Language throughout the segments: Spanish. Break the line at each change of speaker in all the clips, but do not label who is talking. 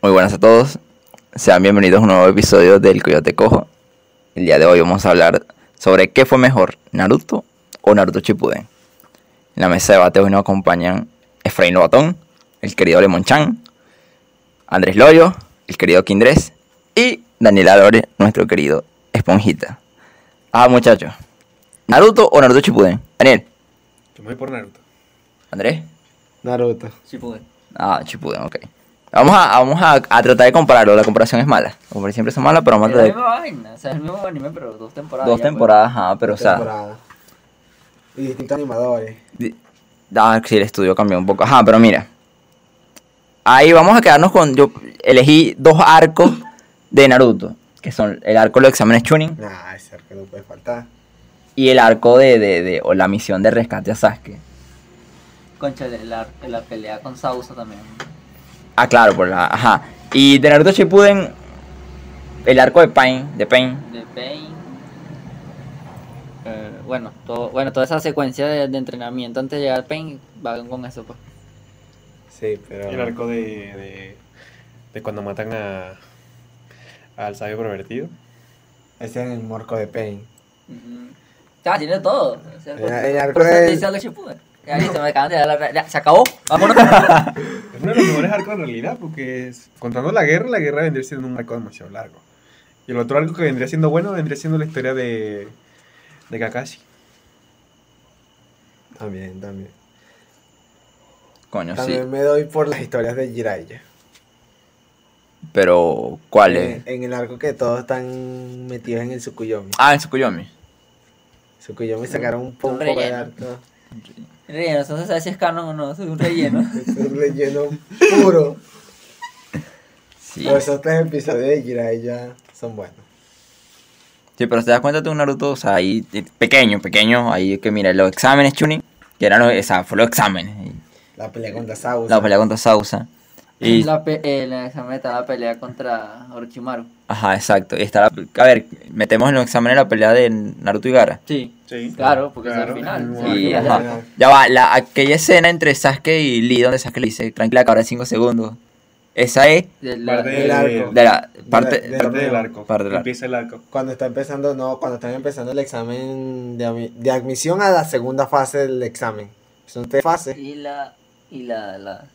Muy buenas a todos, sean bienvenidos a un nuevo episodio del Coyote Cojo. El día de hoy vamos a hablar sobre qué fue mejor, Naruto o Naruto Shippuden. En la mesa de debate hoy nos acompañan Efraín Lobatón, el querido Lemon Chan, Andrés Loyo, el querido Kindrés y Daniela Lore, nuestro querido Esponjita. Ah, muchachos, ¿Naruto o Naruto Shippuden? Daniel,
Yo me voy por Naruto.
Andrés.
Naruto.
Sí, pude.
Ah, Shippuden, ok. Vamos a, vamos a, a tratar de compararlo, la comparación es mala. Las comparaciones siempre son malas, pero vamos a
Es la
tratar de-
misma vaina, o sea, es el mismo anime, pero dos temporadas.
Dos
ya, pues.
temporadas, ajá, pero o sea.
temporada. Y distintos animadores.
di- Ah, sí, el estudio cambió un poco. Ajá, pero mira. Ahí vamos a quedarnos con. Yo elegí dos arcos de Naruto. Que son el arco de los exámenes Chunin
Nah, ese arco no puede faltar.
y el arco de, de- de- o la misión de rescate a Sasuke.
Concha, la, la pelea con Sausa también.
Ah, claro, por la. Ajá. Y de Naruto Shippuden. El arco de Pain. De Pain.
De Pain. Eh, bueno, todo, bueno, toda esa secuencia de, de entrenamiento antes de llegar al Pain va con eso, pues.
Sí, pero.
El arco de, de, de cuando matan a al sabio pervertido.
Ese es el morco de Pain.
Ujú. Ya, tiene todo. O sea, pues,
El- el arco
por eso
de-
te dice algo Shippuden. Ya, listo, me acaban de dar la... ra- Ya, se acabó. Vámonos. Pero
Es uno de los mejores arcos en realidad, porque es- contando la guerra, la guerra vendría siendo un arco demasiado largo. Y el otro arco que vendría siendo bueno vendría siendo la historia de, de Kakashi.
También, también.
Coño, sí.
También me doy por las historias de Jiraiya.
Pero, ¿cuál es?
En, en el arco que todos están metidos en el Tsukuyomi.
Ah, en Tsukuyomi.
Tsukuyomi sacaron un poco de
relleno.
arco.
Relleno, eso no se sabe si es canon o no, eso es un relleno.
Es un relleno puro.
Sí.
Pero esos tres episodios de Jiraiya son buenos.
Sí, pero te das cuenta de un Naruto, o sea, ahí eh, pequeño, pequeño, ahí que mira, los exámenes Chunin, que eran los, o sea, fue los exámenes, y
La pelea contra Sausa.
la pelea contra Sausa, y,
La pe eh, la, esa meta, la pelea contra Orochimaru.
ajá, exacto, y está la, a ver, metemos en los exámenes la pelea de Naruto y Gara,
Sí.
Sí.
Claro, porque es
Claro,
al final.
el
sí,
y,
ya
Claro.
ajá, ya va, la, aquella escena entre Sasuke y Lee, donde Sasuke le dice, tranquila, que ahora en 5 segundos, esa es
De la-
Parte
del arco.
de la parte,
de-
Parte del arco.
Parte del arco.
Empieza el arco.
Cuando está empezando, no, cuando están empezando el examen de, admi- de admisión a la segunda fase del examen. Son tres fases.
Y la. Y la. La,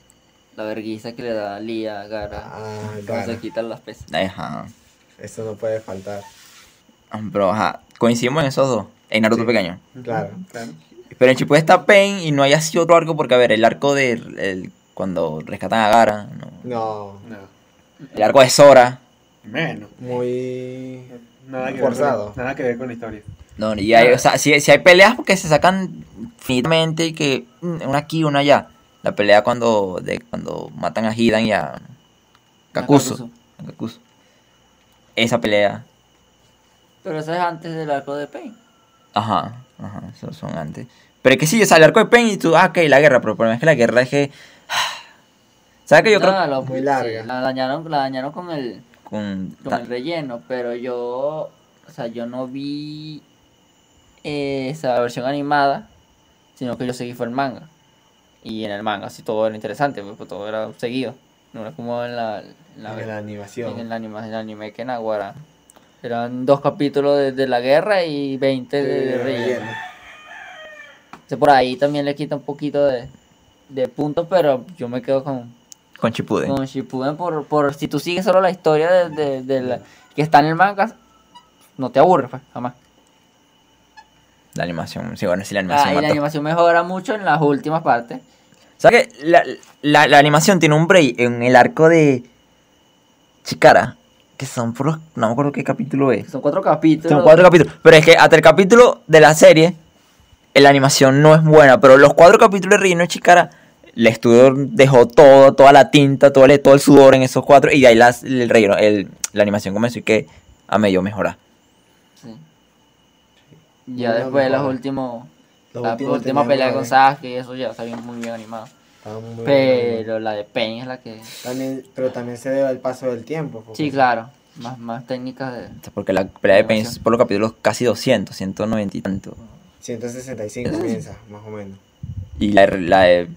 la verguiza que le da Lía, Gara.
Ah,
cuando
claro.
se quitan las pesas.
ajá, Ah,
Eso no puede faltar.
pero ajá, coincidimos en esos dos, en Naruto
Sí.
pequeño.
Claro.
claro.
Pero en Shippuden está Pain y no hay así otro arco porque, a ver, el arco de el- cuando rescatan a Gara, no.
No,
No.
el arco de Sora,
Menos.
muy.
Nada que,
Forzado.
Ver, con- nada que ver con la historia.
no, y hay, o sea, si, si hay peleas porque se sacan finitamente y que mm, una aquí, una allá. La pelea cuando de cuando matan a Hidan y a Kakuzu.
Kakuzu.
A Kakuzu. Esa pelea,
Pero eso es antes del arco de Pain.
ajá, ajá, esos son antes. Pero es que sí, o sea, el arco de Pain y tú, ah, ok, la guerra, pero el problema es que la guerra es que... ¿Sabes que yo creo
No, lo-
Muy larga.
sí, la, dañaron, la dañaron con el,
con...
con el relleno, pero yo. O sea, yo no vi eh, esa versión animada, sino que yo seguí fue el manga. Y en el manga sí todo era interesante, pues, pues, todo era seguido. No era como en la, en la-
en la
En el
animación.
anime, en el anime que naguará. Eran dos capítulos de, de la guerra y 20 de, de
Sí,
relleno.
relleno.
Entonces, por ahí también le quita un poquito de, de puntos, pero yo me quedo con,
Con Shippuden.
con Shippuden por, por si tú sigues solo la historia de, de- de la, que está en el manga, no te aburres, pues, jamás.
La animación, sí, bueno, sí, la
Ah,
animación.
y la
mató.
animación mejora mucho en las últimas partes.
¿Sabes qué? La, la- la animación tiene un break en el arco de Chikara, que son puros. No me acuerdo qué capítulo es.
Son cuatro capítulos.
Son cuatro capítulos. Pero es que hasta el capítulo de la serie, eh, la animación no es buena. Pero los cuatro capítulos de Rino de Chikara, el estudio dejó todo, toda la tinta, todo el, todo el sudor en esos cuatro. Y de ahí las, el relleno, el- la animación comenzó y que a medio mejorar.
Sí. Ya
Muy
después de los
mejor.
últimos.
Los
la
últimos
última
tenían
pelea
una-
con Sasuke y eso ya está bien, muy bien animado.
estaban muy buenos.
Pero la de Pain es la que.
También, pero también se debe al paso del tiempo. porque-
Sí, claro. Más, más técnicas de.
Porque la pelea de Pain
Animación.
por los capítulos casi 200, 190 y tanto.
165 comienza, más o menos.
Y la, la,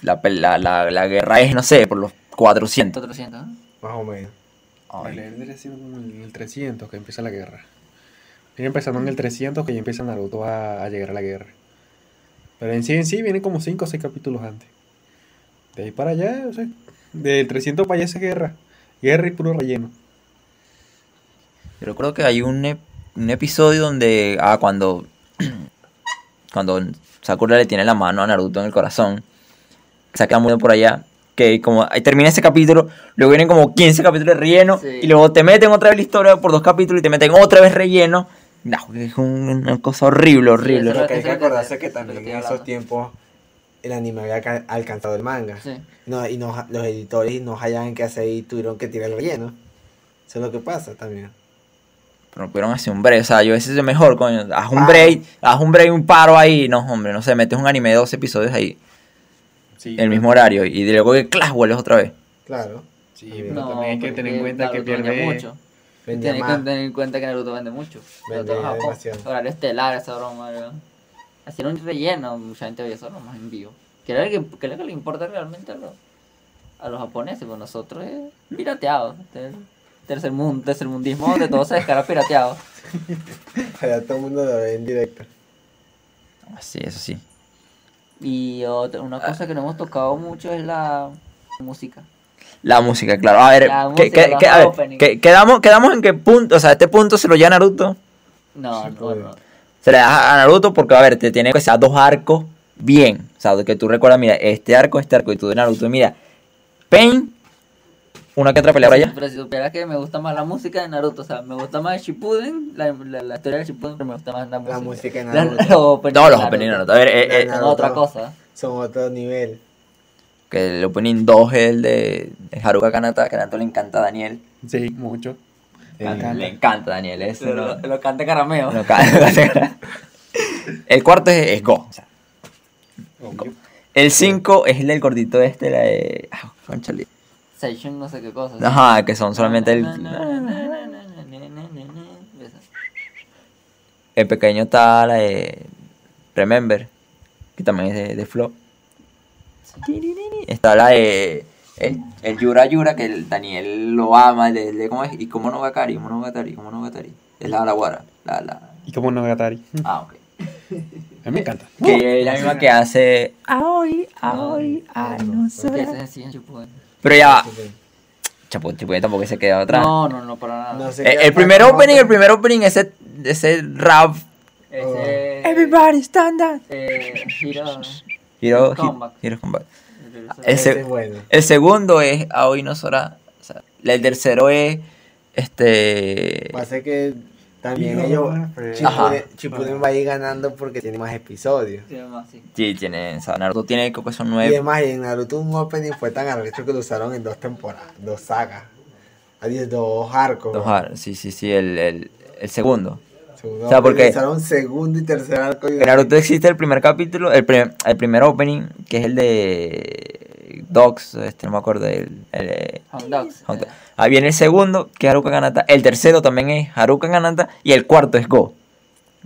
la, la, la- la guerra es, no sé, por los 400.
400. ¿no?
más o menos.
Ay,
Vale, vendría siendo como el, el 300 que empieza la guerra. Viene empezando en el 300 que ya empieza Naruto a, a llegar a la guerra. Pero en sí, en sí, viene como 5 o 6 capítulos antes. De ahí para allá, o sea, del 300 para allá es guerra. Guerra y puro relleno.
Yo recuerdo que hay un, ep- un episodio donde. Ah, cuando. Cuando Sakura le tiene la mano a Naruto en el corazón. Saca muy por allá. Que como ahí termina ese capítulo, luego vienen como 15 capítulos de relleno.
Sí.
Y luego te meten otra vez la historia por dos capítulos y te meten otra vez relleno. No, es un- una cosa horrible, horrible.
Sí,
Lo que
eso
hay que
es lo que-
acordarse que
eso es lo que
también
estoy
en esos
hablando.
tiempos el anime había alca- alcanzado el manga.
Sí.
No, y no, los editores no hallaban qué hacer y tuvieron que tirar el relleno. Eso es lo que pasa también.
Pero no pudieron hacer un break. O sea, yo ese es mejor, coño. Haz
Ah.
un break, haz un break, un paro ahí. No, hombre, no sé, metes un anime de dos episodios ahí.
Sí,
El mismo horario. Y luego que clas, vuelves otra vez.
Claro.
Sí,
pero
pero
No,
también hay que
porque
tener en cuenta que
Naruto vende
pierde.
mucho.
Vendía
Tienes que
más.
tener en cuenta que Naruto vende mucho. Sobre todo en
Vendía
Japón.
demasiado.
Horario estelar, esa broma. ¿verdad? Hacer un relleno, mucha gente veía eso más en vivo. Que era lo que, que era lo que le importa realmente a los, a los japoneses, pues nosotros es pirateado. Ter- tercer mundo, tercer mundismo donde todo se descarga pirateado.
Allá todo el mundo lo ve en directo.
Sí, eso sí.
Y otra,
Ah.
una cosa que no hemos tocado mucho es la música.
La música, claro. A ver,
La
¿qué-
música,
qué-
los
qué- a ver,
openings.
¿qué- quedamos, quedamos en qué punto, o sea, este punto se lo lleva Naruto.
No,
Sí,
pues.
no, no.
puede.
Se le da a Naruto porque, a ver, te tiene que ser dos arcos bien. O sea, que tú recuerdas, mira, este arco, este arco, y tú de Naruto, mira, Pain, una que otra pelea por allá.
Pero si supieras que me gusta más la música de Naruto, o sea, me gusta más el Shippuden, la, la, la historia del Shippuden, pero me gusta más la música.
La música en
La-
Naruto.
los openings
No,
de
los openings de Naruto. A ver, eh, eh,
No,
Son
Naruto.
otra cosa.
Son otro nivel.
que el opening 2 es el de de Haruka Kanata, que tanto le encanta a Daniel.
Sí, mucho.
Sí.
Acá.
Eh, Le encanta a Daniel, ese. ¿no?
Lo, lo canta Carameo.
No, ca- el cuarto es, es Go. o sea,
Obvio.
El 5 es el del gordito este, la de. Ah, cónchale.
Session, no sé qué cosa.
Ajá, que son solamente el.
Na, na, na, na, na, na, na, na, na, na. Esa.
El pequeño está la de. Remember. Que también es de, de Flo. Está la de. El, el Yura Yura, que el Daniel lo ama. El de, el de- ¿Cómo es? Y como no Gatari, como no Gatari, como no Gatari. Es la Araguara. La, la.
Y como no Gatari.
Ah, ok.
A mí me encanta.
Que es la misma que hace. Aoi,
aoi,
ay,
no
Porque ese es así en Shippuden.
Pero ya va.
Sí, sí.
Chapo, Chipotle tampoco se queda atrás.
No, no, no, para nada.
No sé
Eh,
qué
el primer
pasa,
opening,
¿no?
el primer opening, ese, ese rap.
Ese.
stand up.
Eh, Hiro-
Hero,
Comeback.
Hero Comeback.
el regreso de-
El,
Ese
se-
es bueno.
el segundo es Aoi no Sora. o sea, el tercero es. Este.
Pasa que también
Y
ellos
no, pero-
Ajá.
Chipuden, Chipuden va a ir ganando porque tiene más episodios.
se llama así.
Sí, tiene. O sea, Naruto tiene creo que son
Y
nueve.
además en Naruto un opening fue tan arrecho que lo usaron en dos temporadas, dos sagas. Ahí es dos arcos.
Dos ar- Sí, sí, sí, el, el, el segundo.
Segundo
O sea,
opening,
porque-
usaron segundo y tercer arco. Y
En Naruto existe el primer capítulo, el, prim- el primer opening, que es el de. Dogs, este, no me acuerdo. El, el, eh,
Hound Dogs.
Hong Kong.
eh.
Ahí viene el segundo, que es Haruka Kanata. El tercero también es Haruka Kanata. Y el cuarto es Go.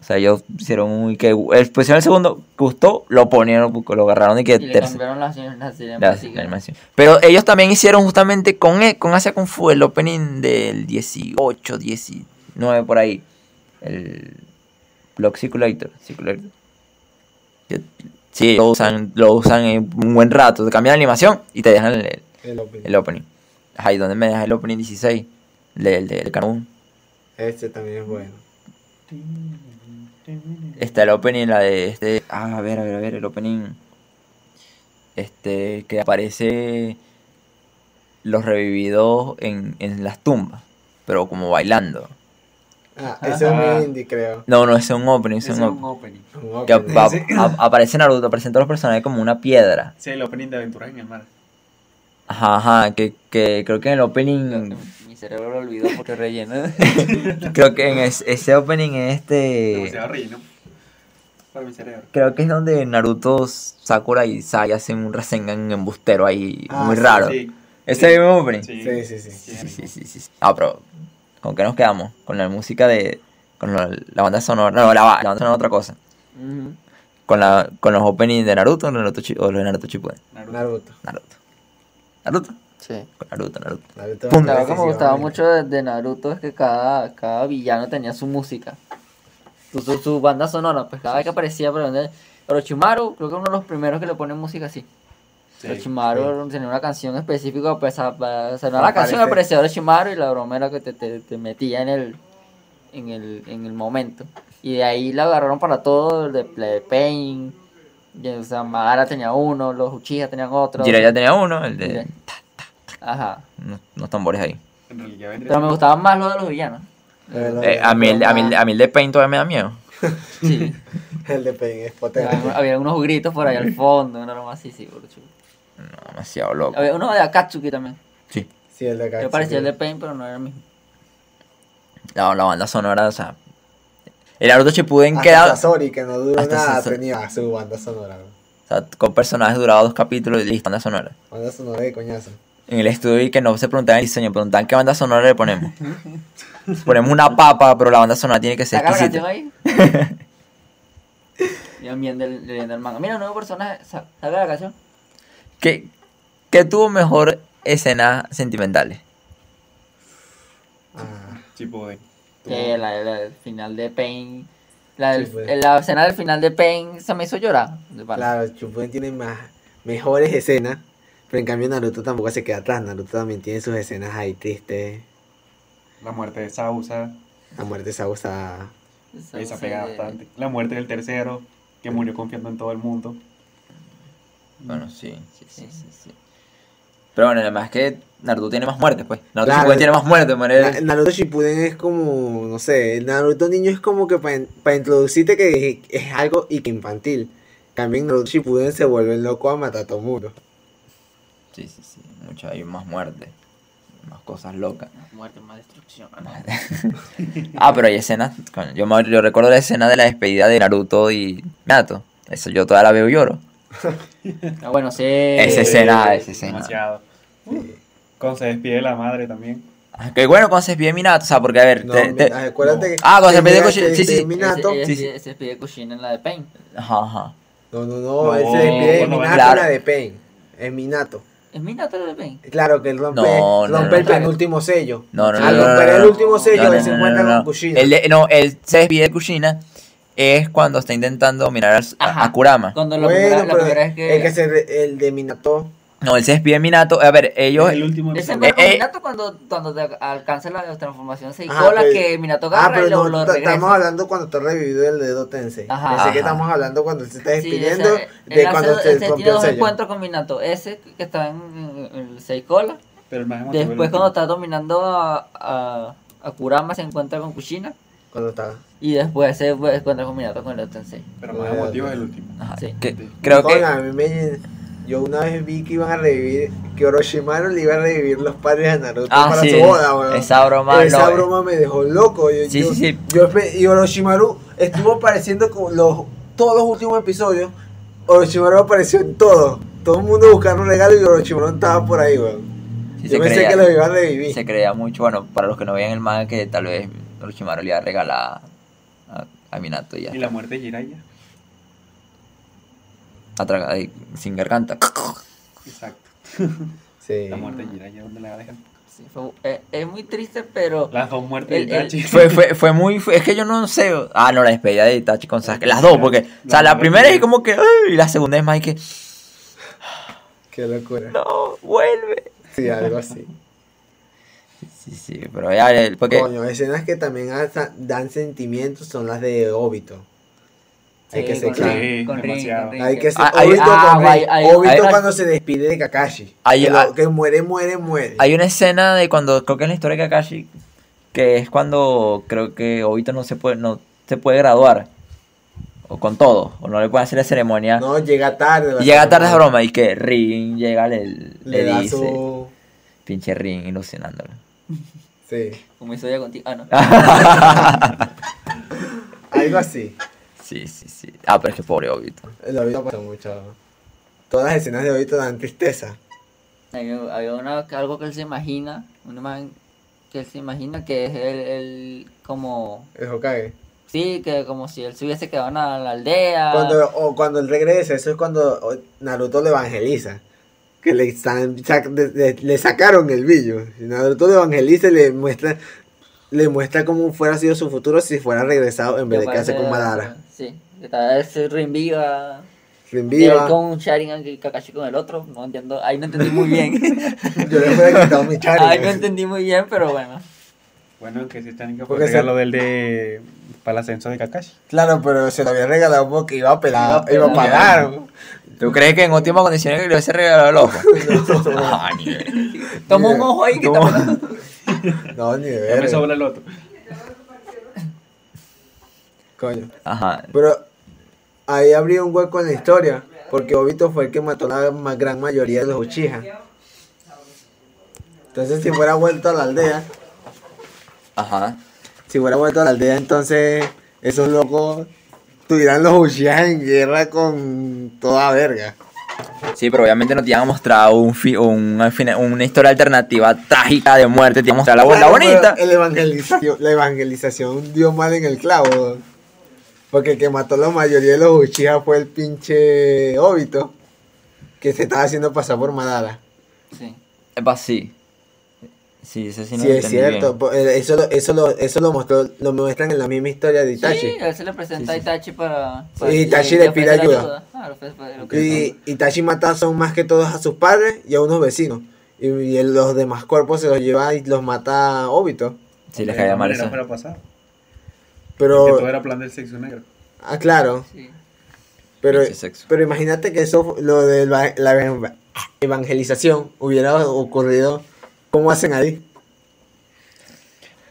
O sea, ellos hicieron un. Que, el, pusieron el segundo, gustó, lo ponieron, lo agarraron y que
Y le
tercero.
cambiaron las las
La-
cinemáticas.
la animación. Pero ellos también hicieron justamente con, e- con Asia Kung Fu el opening del 18, 19, por ahí. El Block Circulator. Circulator. Que- Sí, lo usan, lo usan en un buen rato. Te cambian la animación y te dejan el,
El opening.
el opening. Ahí donde me dejas el opening 16. El del de, Canon.
Este también es bueno.
Está el opening, la de este. Ah, a ver, a ver, a ver, el opening. Este, que aparece los revividos en, en las tumbas. Pero como bailando.
Ah, ese es un
Ajá.
indie, creo.
No, no, ese es un opening, ese
Ese
es
es
un
un
opening.
opening.
Un
Que
opening.
ap-
Ese-
ap- aparece Naruto, presenta a los personajes como una piedra.
Sí, el opening de Aventuras en el Mar.
Ajá, ajá, que, que creo que en el opening.
Mi cerebro lo olvidó porque relleno.
Creo que en es- ese opening es este.
Demasiado relleno. Para mi cerebro.
Creo que es donde Naruto, Sakura y Sai hacen un Rasengan embustero ahí,
Ah,
muy
sí,
raro.
Sí.
Ese es el mismo opening. Sí.
Sí, sí, sí.
Sí, sí, sí, sí. Ah, pero ¿con qué nos quedamos? Con la música de con la, la banda sonora, no, la, ba- la banda sonora es otra cosa.
Ujú.
Con la con los openings de Naruto, o Naruto Chi- o los de Naruto Shippuden.
Naruto.
Naruto.
Naruto. Naruto.
Sí.
Con Naruto, Naruto.
Naruto
Punto.
Claro, que me gustaba
decisivamente.
mucho de, de Naruto es que cada, cada villano tenía su música, su, su, su banda sonora, pues cada vez que aparecía, por donde Orochimaru, creo que uno de los primeros que le ponen música así. Orochimaru tenía una canción específica, pues, a- a- sonaba la
Aparece.
canción, aparecía Orochimaru y la broma era que te, te, te metía en el, en, el, en el momento. Y de ahí la agarraron para todo, el de, de Pain, y, o sea, Madara tenía uno, los Uchiha tenían otro.
Jiraiya tenía uno, el de
Jiraiya. Ajá.
unos, unos tambores ahí.
En realidad vendría
Pero me gustaban más los de los villanos.
De verdad,
Eh, a, mí el, a, mí el- a mí el de Pain todavía me da miedo.
Sí.
El de Pain es potente.
había, había unos gritos por ahí al fondo, una broma así, sí, boludo.
No, demasiado loco.
Había uno de Akatsuki también.
Sí.
Sí, el de
Que
Akatsuki.
parecía el de Pain, pero no era el mismo.
La, la banda sonora, o sea. El Naruto Shippuden
Hasta
queda.
Sasori, que no duró
Hasta
nada,
Sasori.
tenía su banda sonora. ¿no?
O sea, con personajes durados dos capítulos y listo, banda sonora.
Banda sonora de coñazo.
En el estudio y que no se preguntaban el diseño, preguntaban qué banda sonora le ponemos. ponemos una papa, pero la banda sonora tiene que ser
Saca la canción
exquisita.
ahí. Bien, bien del, bien del manga. Mira, un nuevo personaje. sa- Saca la canción.
¿Qué, qué tuvo mejor escenas sentimentales?
Ah,
Shippuden.
Que Eh, la, la- el final de Pain. La, del- eh,
Sí, pues.
la escena del final de Pain se me hizo llorar. de pana.
Claro, Chupuden tiene más, mejores escenas, pero en cambio Naruto tampoco se queda atrás. Naruto también tiene sus escenas ahí tristes.
La muerte de Sausa.
La muerte de Sausa.
Esa-
Esa
sí,
pega
de-
bastante. La muerte del tercero, que murió confiando en todo el mundo.
Bueno, sí, sí, sí, sí. sí. Pero bueno, además que Naruto tiene más muertes, pues. Naruto
Claro.
Shippuden tiene más muertes, muere
Na- Naruto Shippuden es como, no sé, el Naruto niño es como que para introducirte que es algo y que infantil. En cambio en Naruto Shippuden se vuelve loco a matar a todo mundo.
Sí, sí, sí. Mucho, hay más muertes. Más cosas locas.
Más muerte, más destrucción.
Ah, pero hay escenas. coño, Yo, me, yo recuerdo la escena de la despedida de Naruto y Nato. Eso yo todavía la veo y lloro.
Ah, bueno, sí.
Esa escena, esa escena.
Eh, Demasiado. Cuando se despide la madre también.
Ah, Que bueno cuando se despide Minato, o sea, porque a ver.
No, eh.
te- te-
mira, acuérdate
no.
que.
Ah, cuando se
que
peleó
llega
con
este-
Shi- sí,
este
sí.
Minato.
Ella-
sí,
ella se despide Kushin en la de Pain.
Ajá, ajá.
No, no, no,
No,
él se despide de
no,
Minato
claro.
la de Pain. Es Minato.
Es Minato la de Pain.
Claro que él rompe,
No, no,
rompe
no,
el
no.
penúltimo sello.
No, no, no.
Al
no, no,
romper
no,
el
no.
último sello,
No, no,
él se
no,
encuentra
no, no.
con Kushina.
Él, de- no, él se despide de Kushina. Es cuando está intentando mirar a,
Ajá.
a Kurama.
Cuando la
Bueno,
primera, la
pero
primera vez
el, que se re- el de Minato.
No, él se despide de Minato. A ver, ellos.
el último
Ese
episodio.
Eh,
encuentro
eh.
con Minato cuando, cuando te alcanza la transformación seis
Ajá,
colas
pero-
que Minato
Ah,
agarra
pero
y lo,
no,
lo
ta- estamos
regresa.
hablando cuando está revivido el dedo Tensei.
Ajá.
Pensé que
Ajá.
estamos hablando cuando él se está
Sí, o sea,
despidiendo
él
de
hace-
cuando
él
se
se
rompió
tiene
el
dos
sello.
encuentros con Minato. Ese que está en, en el seis colas.
Pero el más emotivo es el
Después
último.
cuando está dominando a, a, a Kurama se encuentra con Kushina.
Cuando estaba.
Y después se fue- encuentra con Minato con el Tensei.
Pero el más emotivo es el último.
Ajá,
Sí.
que- creo que.
Coño, a mí me- Yo una vez vi que iban a revivir, que Orochimaru le iba a revivir los padres a Naruto
Ah,
para
sí.
su boda, weón.
Esa broma.
Esa
no, eh.
broma me dejó loco. Yo,
Sí,
yo-
sí, sí.
yo espe- y Orochimaru estuvo apareciendo con los, todos los últimos episodios. Orochimaru apareció en todo. Todo el mundo buscando un regalo y Orochimaru estaba por ahí, weón.
sí se
yo pensé
creía.
que lo iba a revivir.
se creía mucho, bueno, para los que no veían el manga, que tal vez Orochimaru le iba a regalar a, a Minato ya.
Y la muerte de Jiraiya.
Atraga- ahí, sin garganta.
Exacto.
Sí.
La muerte de Jiraiya, ¿dónde la dejan?
Sí, fue- eh, es muy triste, pero
Las dos muertes
El-
de Itachi.
Fue, fue, fue muy, fue- es que yo no sé, ah, no, la despedida de Itachi con Sasuke, las dos, porque, o sea, la primera es como que, "Ay", y la segunda es más que,
Qué locura.
no, vuelve.
Sí, algo así.
Sí, sí, pero ya, el- porque,
Coño, escenas que también hasta dan sentimientos son las de Obito. Hay
sí,
que se
con Rin-
cae.
Sí,
con Rin,
demasiado.
con Rin,
Hay que se
Ah, hay-
Obito,
ah,
con Rey.
hay- hay-
Obito
hay-
cuando se despide de Kakashi.
Hay-
que, lo-
ah.
que muere, muere, muere.
hay una escena de cuando, creo que es la historia de Kakashi, que es cuando, creo que Obito no se puede, no se puede graduar, o con todo, o no le pueden hacer la ceremonia.
No, llega tarde. la
Y llega tarde esa
broma.
broma y que Rin llega, le,
Le,
le
da
dice,
su.
pinche Rin ilusionándolo.
Sí.
Como hizo ella contigo. Ah, no.
Algo así.
sí, sí, sí. Ah, pero es que pobre Obito.
El Obito pasa mucho. Todas las escenas de Obito dan tristeza.
Hay, hay una- algo que él se imagina, una imagen que él se imagina que es el, el- como,
El Hokage.
sí, que como si él se hubiese quedado en la, la aldea.
Cuando, o cuando él regresa, eso es cuando o- Naruto lo evangeliza. que le, san- sac- de- de- le sacaron el billo. Y Naruto lo evangeliza y le muestra, le muestra cómo fuera sido su futuro si fuera regresado en vez de quedarse con Madara.
Sí, que está ese Rin viva.
Sin
y él
viva.
con un Sharingan y Kakashi con el otro. No entiendo, ahí no entendí muy bien.
Yo le hubiera quitado mi
ahí no
Sharingan.
entendí muy bien, pero bueno.
Bueno, que si están que
Porque
fue
se-
lo del de. Para el ascenso de Kakashi.
Claro, pero se lo había regalado porque iba a pelar, iba a
pelado.
pagar.
¿Tú crees que en últimas condiciones que le hubiese regalado el ojo? Ah, ni idea.
Toma un ojo ahí que está pelado.
No, ni de
Ya me
ver.
sobra el otro.
Coño.
Ajá.
Pero ahí habría un hueco en la historia, porque Obito fue el que mató la ma- gran mayoría de los Uchiha. Entonces, si fuera vuelto a la aldea,
Ajá.
si fuera vuelto a la aldea, entonces esos locos tuvieran los Uchiha en guerra con toda verga.
Sí, pero obviamente no te iban a mostrar un fi- un, al final- una historia alternativa trágica de muerte. Te iban a mostrar la, la
Claro, pero
bonita.
el evangelización, la evangelización dio mal en el clavo. Porque el que mató la mayoría de los Uchiha fue el pinche Obito, que se estaba haciendo pasar por Madara.
Sí.
Epa, sí. Sí, ese sí no
Sí,
lo
es
entendí
cierto.
bien.
po- eh, Eso, lo- eso, lo, eso lo, mostró, lo muestran en la misma historia de Itachi.
Sí, él se le presenta
Sí, sí.
a Itachi para.
Sí, Itachi le pide
ofrece la
ayuda.
Ah, le ofrece- le
y
ofrece ayuda.
Itachi mata son más que todos a sus padres y a unos vecinos. Y, y el- los demás cuerpos se los lleva y los mata Obito.
Sí, les
De
eh,
caía
todas
mal
maneras
eso.
Eh, Para pasar. Que todo
Pero,
era plan del sexo negro.
ah, claro.
Sí.
Pero,
Pinche sexo.
pero imagínate que eso, fu- lo de la, la ev- evangelización hubiera ocurrido. ¿Cómo hacen ahí?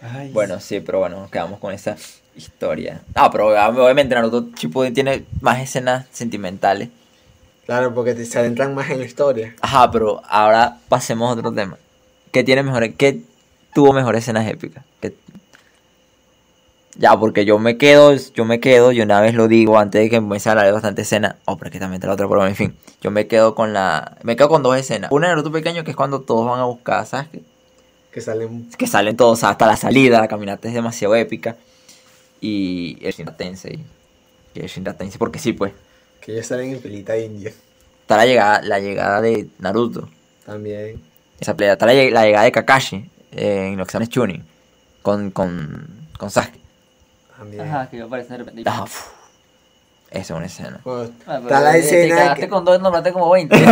Ay,
Bueno, sí, pero bueno, nos quedamos con esa historia. Ah, pero obviamente Naruto Shippuden tiene más escenas sentimentales.
Claro, porque te- se adentran más en la historia.
Ajá, pero ahora pasemos a otro tema. ¿Qué tiene mejores, qué tuvo mejores escenas épicas? ¿Qué- Ya, porque yo me quedo, yo me quedo, yo una vez lo digo antes de que empiece a hablar de bastante escena. Oh, pero es que también está la otra, pero en fin. Yo me quedo con la, me quedo con dos escenas. Una de Naruto pequeño que es cuando todos van a buscar a Sasuke
Que salen.
que salen todos, o sea, hasta la salida, la caminata es demasiado épica. Y el Shinratensei. Y el Shinratensei, porque sí, pues.
Que ellos salen en pilita india.
Está la llegada, la llegada de Naruto.
También.
Esa pelea. Está la, lleg- la llegada de Kakashi eh, en los exámenes Chunin. Con, con, con Sasuke.
También.
Ajá, que aparece de repente.
Ah, uf. Esa es una escena.
Bueno,
Ah, pero
Pues, está la
te- Te
escena
cagaste
que-
con dos, nombraste como 20.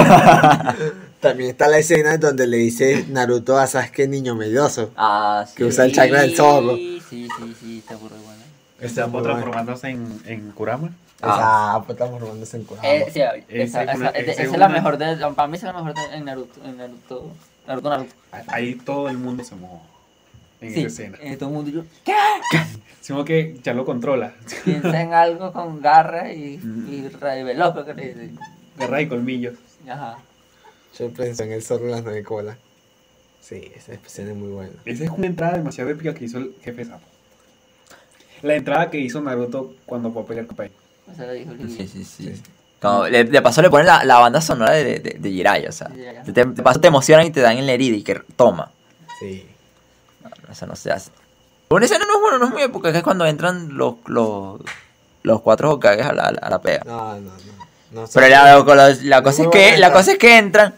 también está la escena donde le dice Naruto a Sasuke niño medioso.
Ah, sí.
Que usa el chakra del zorro.
Sí, sí, sí, sí, está burro de bueno.
Está
muy bueno.
transformándose en, en Kurama.
Ah.
Esa, pues estamos robándose en Kurama.
Eh, sí, esa,
Ese
esa,
fue-
esa-
ese
esa es
una-
la mejor de. Para mí esa es la mejor de en Naruto. En Naruto. Naruto, Naruto.
Ahí todo el mundo se mojó. En
sí,
esa escena.
eh, todo el mundo yo,
Sino que ya lo controla.
piensa en algo con garra y, y rayo veloz, creo que le dicen.
Guerra y colmillos.
Ajá.
Yo pensé en el zorro en las nueve colas. Sí, esa escena es muy buena.
Esa es una entrada demasiado épica que hizo el jefe sapo. La entrada que hizo Naruto cuando fue a pelear con Pain.
O sea, dijo Lili.
Sí, sí, sí.
Sí.
Como, le- de paso le ponen la, la banda sonora de, de, de Jiraiya, o sea.
Jiraiya.
Te, de paso te emocionan y te dan en la herida y que toma.
Sí.
No, Eso no se hace. Una escena no es bueno, no es muy época, es que es cuando entran los, los, los cuatro Hokages a la, a la pega.
No, no, no.
Pero
no sé.
la, la- la cosa
Muy
es que,
buena.
la cosa es que entran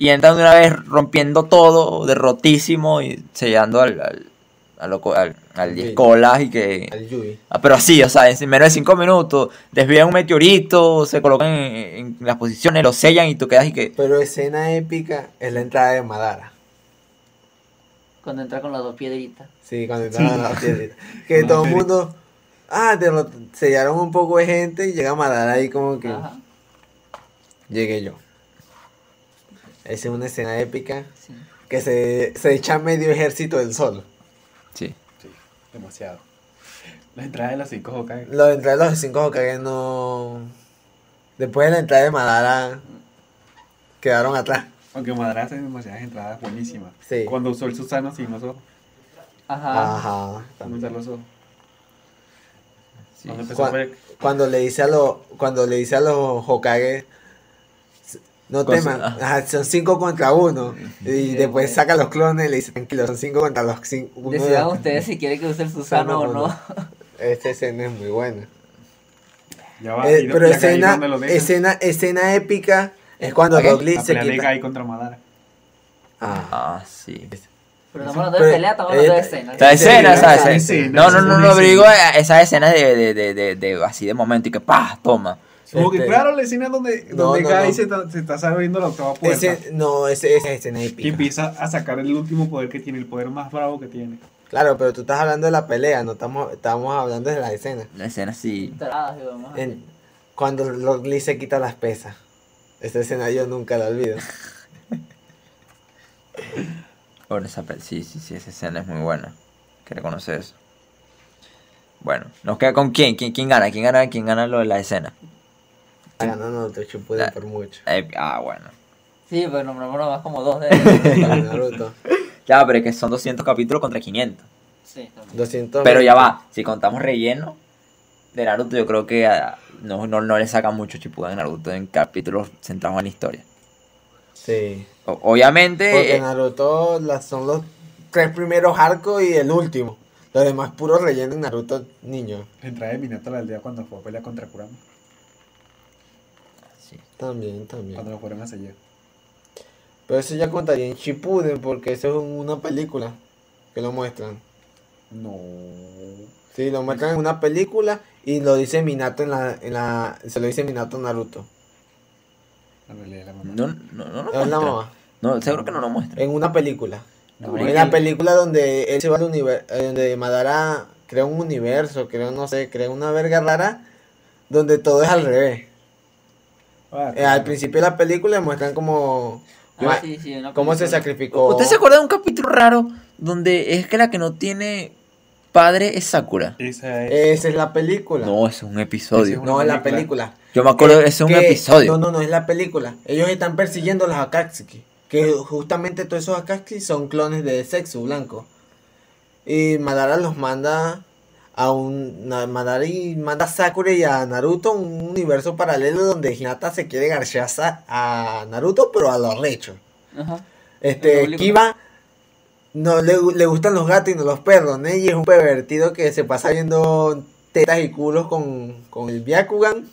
y entran de una vez rompiendo todo, derrotísimo y sellando al, al, al, loco- al, al diez
Sí.
colas y que...
Al Yui.
Ah, pero así, o sea, en menos de cinco minutos desvían un meteorito, se colocan en, en las posiciones, lo sellan y tú quedas y que...
Pero escena épica es la entrada de Madara.
Cuando entra con las dos piedritas.
Sí, cuando entraron a la piedrita. Que todo el mundo. Ah, derrot- sellaron un poco de gente y llega Madara ahí como que.
Ajá.
Llegué yo. Esa es una escena épica
Sí.
que se, se echa medio ejército del sol.
Sí.
Sí, demasiado. La entrada de las cinco Hokage.
La entrada de los cinco Hokage no. Después de la entrada de Madara, quedaron atrás.
Aunque Madara hace demasiadas entradas buenísimas.
Sí.
Cuando usó el Susano sin los ojos.
Ajá.
Ajá.
Cuando usó los ojos.
sí.
Cuando empezó a pelear.
Cuando le dice a los. Cuando le dice a los Hokage. No
Con-
teman,
ah.
ajá, son cinco contra uno. Y
Sí,
después
sí.
saca los clones y le dice, tranquilo, son cinco contra los cinco. uno de-
Decidan ustedes si quieren que use el Susano o
Susano
no.
Esta escena es muy buena.
Ya va.
Eh,
y-
pero
Ah, y acá ahí
escena,
donde lo dejan.
escena, escena épica Es cuando
Ok.
Rock Lee
La
se
pelea de
quita.
Guy contra Madara.
Ah.
Ah, sí.
Pero estamos hablando de
Pero,
pelea, estamos hablando de
eh,
escena.
La escena,
Esa
esa escena.
escena,
No,
esa
no, no,
es
no,
buenísima.
pero digo eh, esas escenas de, de, de, de, de- así de momento y que ¡pah! Toma.
Como que
Este-
claro, la escena donde,
No,
donde
no,
Guy
no.
Se, está, se está abriendo la octava puerta.
Ese, no, ese, esa escena es
Y
épica.
empieza a sacar el último poder que tiene, el poder más bravo que tiene.
Claro, pero tú estás hablando de la pelea, no estamos, estamos hablando de la escena.
La escena sí.
Entradas, digo, Ah, vamos a-
En- cuando Rock Lee se quita las pesas. Esa escena yo nunca la olvido.
Bueno, esa pe- sí, sí, sí, esa escena es muy buena. Hay Que reconocer eso. Bueno, nos queda con quién, quién, quién gana, quién gana, quién gana lo de la escena.
Ganó Naruto Shippuden por mucho.
Eh, ah, bueno.
Sí, pero nombramos nomás como dos de.
Naruto.
Ya, pero es que son 200 capítulos contra 500.
Sí, también.
200
Pero ya va, si contamos relleno de Naruto, yo creo que ah, no, no, no le saca mucho Shippuden a Naruto en capítulos centrados en la historia.
Sí.
O- obviamente...
Porque
eh,
Naruto las, son los tres primeros arcos y el último. Los demás puros relleno en Naruto niño.
La entrada de Minato a la aldea cuando fue a pelear contra Kurama.
sí.
También, también.
Cuando lo fueron a sellar.
Pero eso ya contaría en Shippuden porque eso es un- una película que lo muestran.
No.
Sí, lo muestran en una película y lo dice Minato en la, en la se lo dice Minato a Naruto.
La pelea de la mamá.
No, no, no lo
Es la
muestra.
mamá.
No, seguro que no lo muestra.
En una película.
No,
en
es
la
que-
película donde él se va al universo, donde Madara crea un universo, crea no sé, crea una verga rara donde todo es al revés.
Ah,
Eh, al principio de la película muestran como
Ah, sí, sí, una
cómo se
película.
sacrificó.
¿Usted se acuerda de un capítulo raro donde es que la que no tiene padre es Sakura?
Esa es.
Esa es la película.
No, eso es un episodio.
Ese
No, es la
película.
película.
Yo me acuerdo, ese es un
Que-
episodio.
No, no, no, es la película. Ellos están persiguiendo a los Akatsuki. Que justamente todos esos Akatsuki son clones de sexo blanco. Y Madara los manda a un. na- Madara y manda a Sakura y a Naruto a un universo paralelo donde Hinata se quiere garchar a Sa- a Naruto, pero a lo arrecho.
Ajá.
Este,
Lo obligo.
Kiba no le, gu- le gustan los gatos y no los perros. Neji es un pervertido que se pasa viendo tetas y culos con, con el Byakugan.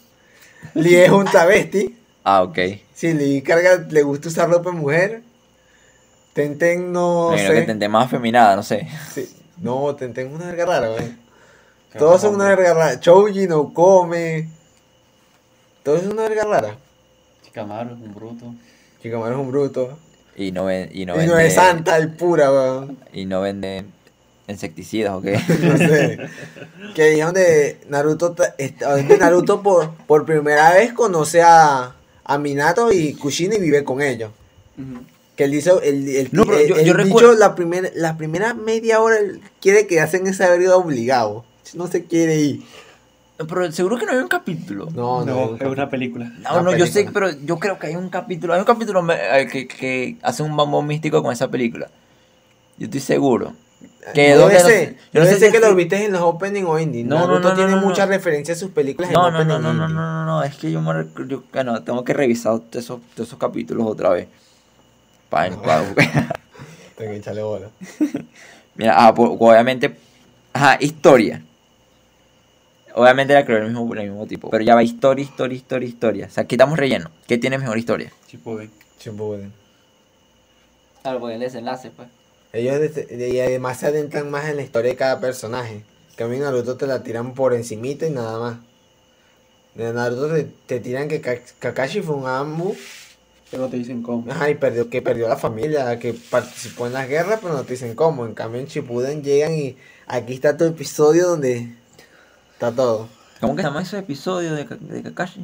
Lee es un travesti.
Ah, ok.
Si Lee carga, le gusta usar ropa de mujer. Tenten no
Me imagino que
sé.
tendré más afeminada, no sé.
sí. No, Tenten es una verga rara, güey.
Qué
Todos son
mamá,
una verga rara. Choji no come. Todos son una verga rara.
Shikamaru es un bruto.
Chicamaro es un bruto.
Y no, ven- y no
y
vende.
no es santa y pura, weón.
y no vende insecticidas o qué.
no sé. Que ahí es donde Naruto, ta- está- donde Naruto por, por primera vez conoce a, a Minato y Kushina y vive con ellos.
Ujú.
Que él hizo, el, el,
No, pero
el-
yo-
el
yo
bicho
recuerdo-
la, primer, la primera media hora él quiere que hacen esa verga obligado. No se quiere ir.
Pero seguro que no hay un capítulo.
No, no.
es una película.
No, no,
Una
yo sé,
película.
pero yo creo que hay un capítulo. Hay un capítulo me- eh, que, que hace un bambón místico con esa película. Yo estoy seguro. Que
Yo
donde-
sé,
yo
yo
no sé
sé,
si
que
es-
lo viste en los opening o indie.
No, no,
Naruto
no, no,
tiene
no, no.
muchas referencias a sus películas
No,
en
no,
opening
no, no, no, no,
indie.
no, no, es que yo, me, rec- yo- ah, no, tengo que revisar todos esos, todos esos capítulos otra vez. Pa-
No.
pa-
Tengo que echarle bola.
Mira, ah, pues, obviamente, ajá, historia. Obviamente la creo el mismo, el mismo tipo, pero ya va historia, historia, historia, historia. O sea, quitamos relleno. ¿Qué tiene mejor historia?
Shippuden.
Shippuden.
Claro, porque el desenlace, pues.
Ellos des- y además se adentran más en la historia de cada personaje. Que a mí Naruto te la tiran por encimita y nada más. De Naruto te, te tiran que Ka- Kakashi fue un ambu
Pero no te dicen cómo.
ajá, y perdió, que perdió la familia, que participó en las guerras, pero no te dicen cómo. En cambio en Shippuden llegan y aquí está tu episodio donde está todo.
¿Cómo que se llama ese episodio de, Ka- de Kakashi?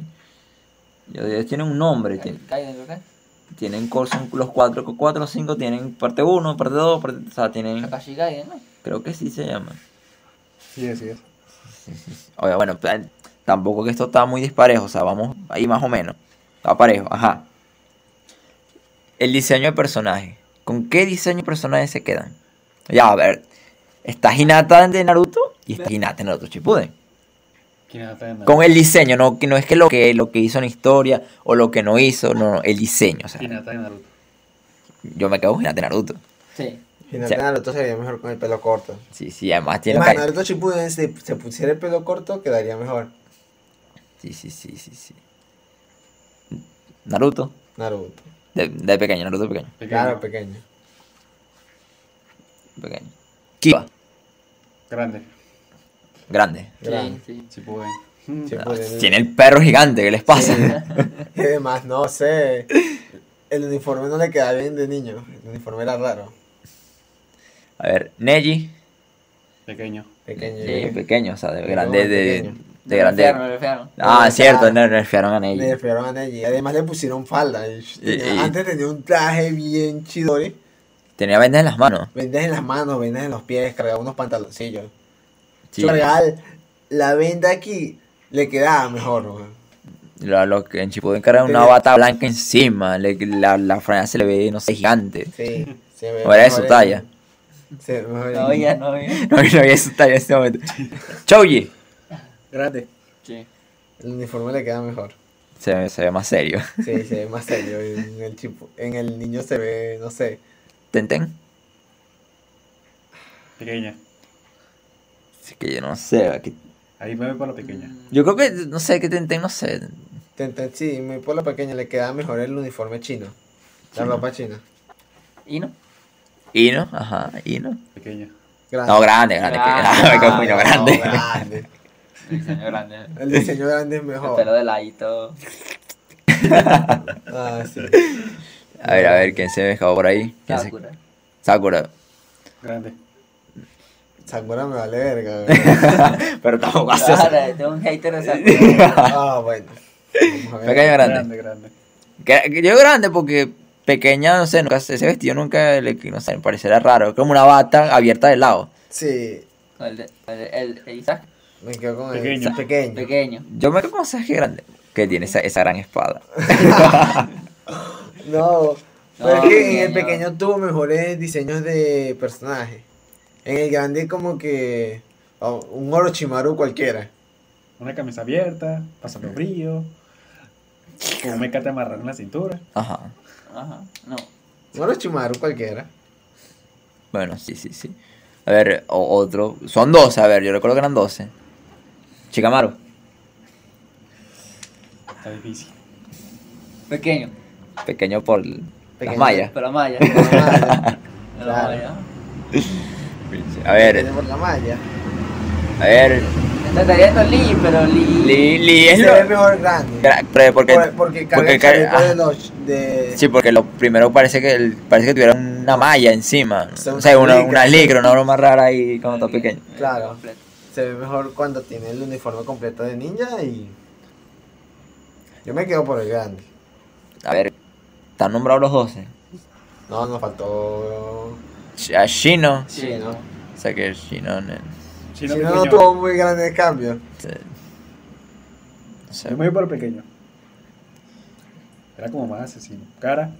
Ya- ya Tienen un nombre, tien-
Caiden, creo que.
tienen cor- son los cuatro, cuatro o cinco tienen parte uno, parte dos, parte, o sea, tienen,
Kakashi Gaiden, ¿no?
creo que sí se llama.
Sí, así es.
Oye, bueno, plan- tampoco que esto está muy disparejo, o sea, vamos ahí más o menos. Está parejo, ajá. El diseño de personaje. ¿Con qué diseño de personaje se quedan? Ya, a ver. Está Hinata de Naruto y está Hinata de Naruto Shippuden.
¿Quién es Atena?
Con el diseño, no, que no es que lo, que lo que hizo en historia o lo que no hizo, no, no, el diseño. O
E-
sea,
¿Quién es Atena de Naruto?
yo me quedo con Hinata de Naruto.
Sí.
Finalmente
Sí.
Naruto sería mejor con el pelo corto.
Sí, sí, además tiene
Además,
cari-
Naruto Shippuden si se pusiera el pelo corto quedaría mejor.
Sí, sí, sí, sí, sí. Naruto.
Naruto.
De, de pequeño, Naruto pequeño.
Claro, pequeño.
Pequeño. Kiba.
Grande.
Grande.
Grande.
Sí, sí.
Si pueden. Mm.
Sí,
Ah,
pues,
Tiene el perro gigante, ¿qué les pasa?
Y además, no sé. El uniforme no le quedaba bien de niño. El uniforme era raro.
A ver, Neji.
Pequeño.
Pequeño.
Sí.
eh,
Le
Pequeño, o sea, de
No,
grande, de,
pequeño.
de grande.
Enfermo, enfermo.
Ah,
Nerfearon.
cierto, ner- nerfearon a Neji.
desfiaron a Neji. Además le pusieron falda. Y-
Y- y-
Antes tenía un traje bien chidori.
Tenía vendas en las manos.
Vendas en las manos, vendas en los pies, cargaba unos pantaloncillos.
Sí.
Yo, real, la venda aquí le quedaba mejor, weón.
Lo, lo que en Chipuden carga una
Tenía-
bata blanca encima. le- la, la franela se le ve, no sé, gigante.
Sí, se ve
O era de su
mejor en-
talla.
Se ve mejor
No,
en-
ya, no, ya.
No, no había su talla en este momento. Choji.
Grande.
Sí.
El uniforme le queda mejor.
Se, ve- se ve más serio.
Sí, se ve más serio. En el, chipo- en el niño se ve, no sé.
Tenten.
Pequeña.
Es que yo no sé. aquí-
Ahí me voy por la pequeña.
Yo creo que, no sé, que Tenten, no sé.
Tenten- Sí, muy por la pequeña le queda mejor el uniforme chino. La ropa china.
¿Y no?
Ino, ajá, Ino.
Pequeña.
Grande.
No, grande, grande. que-
Grande.
me confundí, no,
Ah, No,
grande.
grande.
Diseño grande.
El diseño grande es
El
mejor.
pelo de ladito.
Ah, sí.
A ver, a ver, ¿quién se me escapó por ahí? ¿Quién se-
Sakura.
Sakura.
Grande.
Sakura me vale verga. weón.
Pero tampoco hace eso.
Claro, tengo un hater de Sakura.
Ah, bueno. Vamos a ver.
Pequeño grande.
Grande, grande.
Que- que Yo grande porque pequeña, no sé, nunca ese vestido nunca le no sé, me parecerá raro. Como una bata abierta de lado.
Sí,
El, de- el, de- el, el Isaac.
me quedo con el
Pequeño.
pequeño.
Pequeño.
Yo me quedo con Sasuke grande. Que tiene esa, esa gran espada.
No, pero es que en el
pequeño.
pequeño tuvo mejores diseños de personajes. En el grande como que oh, un Orochimaru cualquiera.
Una camisa abierta, pasando frío. Con un mecate amarrado en la cintura.
Ajá.
Ajá. No.
Un Orochimaru cualquiera.
Bueno, sí, sí, sí. A ver, o- otro. Son 12, a ver, yo recuerdo que eran 12. Chikamaru.
Está difícil.
Pequeño.
Pequeño por las
Pequeño.
mallas.
Pero Maya.
Por la
Pero
malla. Claro.
Maya.
A ver,
Pequeño por la malla.
a ver.
Trataría de Lee, pero Lee.
Li, Li es
Se
lo-
ve mejor grande.
Gra- pero porque,
Por- porque carga
porque
el
carga-
chaleco
ah,
de los... De...
Sí, porque lo primero parece que el- parece que tuviera una malla encima.
O sea,
o sea, una,
una
una licra, una broma rara ahí cuando está pequeño.
Claro.
Completo.
Se ve mejor cuando tiene el uniforme completo de ninja y... Yo me quedo por el grande.
A ver, están nombrados los 12.
No, nos faltó...
Sh- A Shino.
Sí,
Sí,
¿no?
¿no?
O sea que Shino. No,
Si
Chino
no,
pequeño.
no tuvo muy grandes cambios.
no
Yo
sé.
me voy por el pequeño. Era como más asesino. Cara.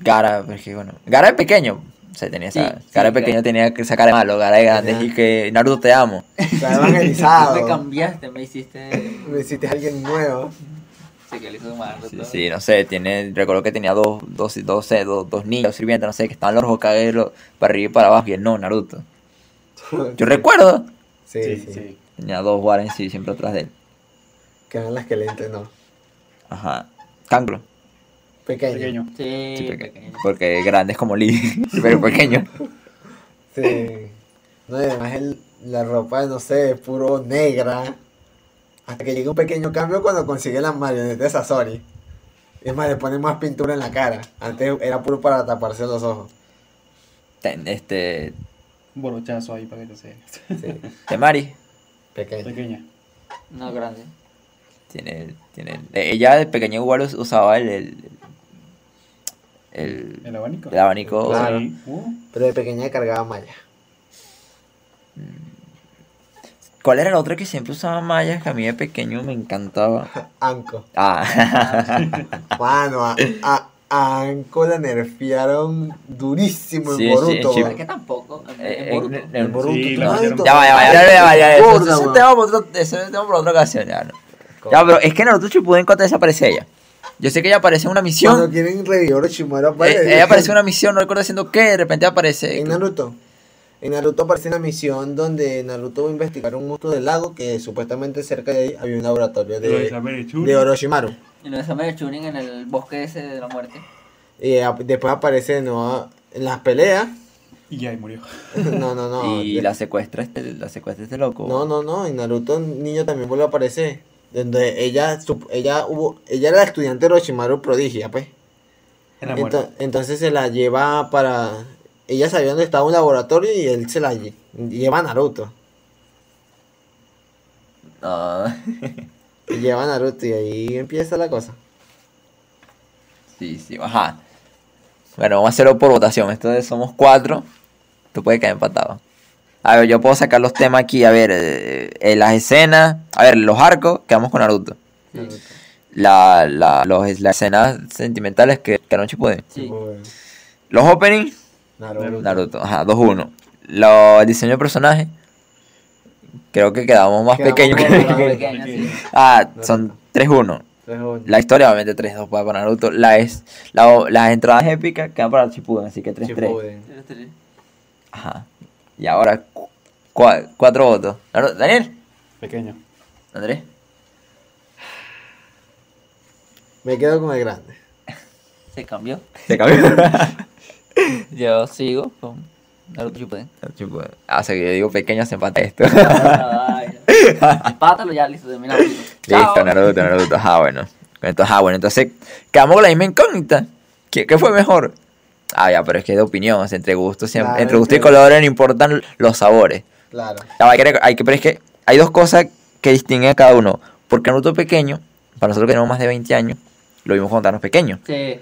Gara, porque bueno. Gara es pequeño. O sea, tenía esa.
Sí, sí,
Gara de
Gara.
pequeño tenía que sacar de malo. Gara de grande.
Tenía-
Y que Naruto te amo.
Está
Tú me
evangelizado.
cambiaste, me hiciste.
Me hiciste alguien nuevo.
Sí, que le hizo mal.
Sí, sí, no sé. Tiene, recuerdo que tenía dos, dos, dos, dos, dos niños, sirvientes, no sé, que estaban los Hokage los- para arriba y para abajo. Y él no, Naruto. Yo recuerdo.
Sí, sí,
Tenía dos Warren, sí, siempre atrás de él.
Que eran las que le entrenó.
Ajá. Cancro.
Pequeño.
Pequeño.
Sí,
Sí, peque-
pequeño.
Porque grande es como Lee, pero pequeño.
Sí. No, y además el- la ropa, no sé, es puro negra. Hasta que llega un pequeño cambio cuando consigue las marionetas a Sori. Es más, le ponen más pintura en la cara. Antes era puro para taparse los ojos.
Ten- este.
Un bolochazo ahí para que te sea.
Sí,
Temari.
pequeño.
Pequeña.
No, grande.
Tiene. tiene eh, ella de pequeño igual us- usaba el. El. el-
El abanico.
el abanico.
Claro.
Sí. Uh,
Pero de pequeña cargaba malla.
¿Cuál era la otra que siempre usaba mallas que a mí de pequeño me encantaba?
Anco.
Ah,
Mano, a, a, a Anco la nerfearon durísimo en
Sí, sí,
Boruto.
sí.
weón.
¿Por qué tampoco? En- en
eh,
Boruto.
en- en-
Boruto,
Sí,
claro.
la pusieron-
Ya va, ya va, ya va, ya va, ya va,
Gorda,
eso- eso
weón.
te vamos por otro- eso te vamos por otra ocasión, ya, no. Ya, pero es que en Naruto Shippuden cuando desaparece ella. Yo sé que ella aparece en una misión.
Cuando quieren revivir a Orochimaru
Eh,
aparece.
ella aparece en una misión, no recuerdo haciendo qué, de repente aparece.
En Naruto. En Naruto aparece una misión donde Naruto va a investigar un monstruo del lago que supuestamente cerca de ahí había un
Lo
laboratorio de,
examiné, chulo.
de Orochimaru.
En los exámenes de Chunin en el bosque ese de la muerte.
Y a- después aparece de nuevo en las peleas.
Y ya, y murió.
No, no, no.
y
De-
la secuestra este, la secuestra este loco.
No, no, no. En Naruto el niño también vuelve a aparecer. Donde ella, sup- ella hubo, ella era la estudiante de Orochimaru prodigia, pues.
En la
Ento-
muerte.
entonces se la lleva para. Ella sabía dónde estaba un laboratorio y él se la lle- lleva a Naruto.
No.
Y lleva a Naruto y ahí empieza la cosa.
sí, sí, ajá. Bueno, vamos a hacerlo por votación. Entonces somos cuatro. Tú puedes quedar empatado. A ver, yo puedo sacar los temas aquí. A ver, eh, eh, las escenas. A ver, los arcos. Quedamos con Naruto.
Naruto.
La, la, los, las escenas sentimentales que, que anoche pude.
Sí.
Tipo, eh,
Los openings.
Naruto.
Naruto, ajá, 2-1. Lo- El diseño de personaje. Creo que quedamos más
Quedamos
pequeños.
más
que-
pequeños.
Pequeña, sí.
ah, son 3-1.
Tres jóvenes.
La historia, obviamente, 3-2 para para Naruto. La es, la- las entradas épicas quedan para Shippuden, así que 3-3.
Shippuden.
Ajá. Y ahora, 4 votos. Naru- Daniel,
Pequeño.
Andrés.
Me quedo con el grande.
Se cambió.
Se cambió.
Yo sigo con Naruto Shippuden.
Shippuden. ah, o sea, que yo digo pequeño, se empata esto.
Ah, Empátalo ya, listo, terminamos.
Listo, Naruto, Naruto. Ajá, bueno. Entonces, ah, bueno, entonces quedamos con la misma incógnita. ¿Qué, qué fue mejor? Ah, ya, pero es que es de opinión, o sea, entre gustos, siempre-
Claro,
entre gustos y
entiendo.
colores no importan los sabores.
Claro.
Ya, hay que, rec- hay que- pero es que hay dos cosas que distinguen a cada uno. Porque Naruto pequeño, para nosotros que tenemos más de 20 años, lo vimos cuando éramos pequeños.
Sí.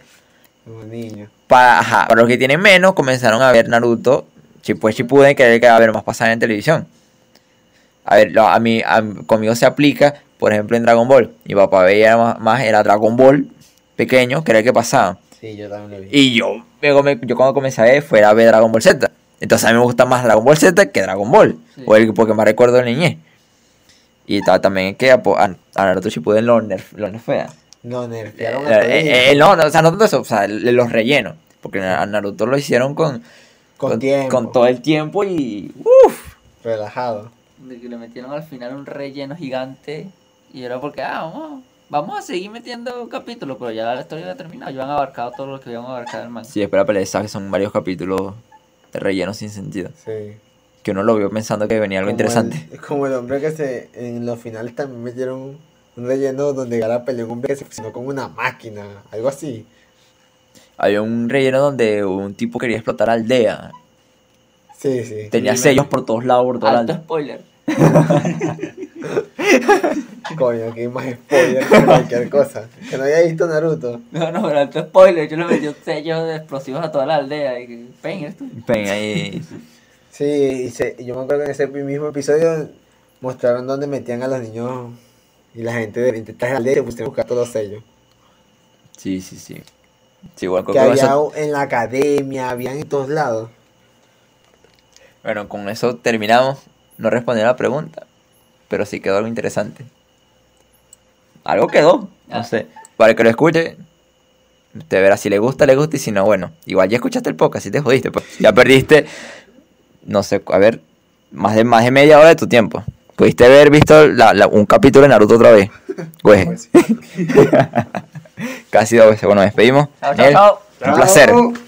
Un niño.
Para, ajá, para los que tienen menos, comenzaron a ver Naruto, chi- pues Shippuden, que era el que va a ver más pasada en televisión. A ver, lo- a mí, a mí- conmigo se aplica, por ejemplo, en Dragon Ball. Mi papá veía más, más era Dragon Ball pequeño, que era el que pasaba.
Sí, yo también lo vi.
Y yo, luego me- yo cuando comencé a ver, fue a ver Dragon Ball Z. Entonces a mí me gusta más Dragon Ball Z que Dragon Ball.
Sí.
O el porque más recuerdo de la niñez. Y ta- también que a, po- ah, a, a Naruto Shippuden lo, nerf, lo nerfea.
Lo nerfearon a
Eh,
todos
eh, eh, no, no, o sea, no tanto eso, o sea, le- los rellenos. Porque a Naruto lo hicieron con,
con, tiempo.
con todo el tiempo y. ¡Uf!
Relajado.
De que le metieron al final un relleno gigante. Y era porque, ah, vamos, vamos a seguir metiendo un capítulo. Pero ya la historia había terminado. Ya han abarcado todo lo que habían abarcado el manga.
Sí, espera, pero que son varios capítulos de relleno sin sentido.
Sí.
Que uno lo vio pensando que venía algo
Como el-
interesante.
como el hombre que se. En los finales también metieron un relleno donde Gara peleó un hombre que se fusionó con una máquina. Algo así.
Había un relleno donde un tipo quería explotar aldea.
Sí, sí.
Tenía sellos por todos lados, por todos
Alto
lados.
spoiler.
Coño, que hay más spoiler que cualquier cosa. Que no haya visto Naruto.
No, no, pero alto spoiler. Yo le metí un sello de explosivos a toda la aldea. Y que, "Pen, eres tú".
Ven ahí.
Sí, y se- y yo me acuerdo que en ese mismo episodio mostraron dónde metían a los niños y la gente de 20 trajes de aldea y se pusieron a buscar todos los sellos.
Sí, sí, sí. Sí, bueno, con
Que
con
había
eso,
en la academia, habían en todos lados.
bueno, con eso terminamos. No respondí a la pregunta, pero sí quedó algo interesante. Algo quedó, no
Ah.
sé. Para el que lo escuche, usted verá si le gusta, le gusta, y si no, bueno. Igual ya escuchaste el podcast, si te jodiste, pues. Ya perdiste, no sé, a ver, más de, más de media hora de tu tiempo. Pudiste haber visto la- la- un capítulo de Naruto otra vez. Güey,
Pues, sí.
casi dos veces. Bueno, despedimos.
Chao, chao,
Daniel,
chao.
Un placer.
Chao.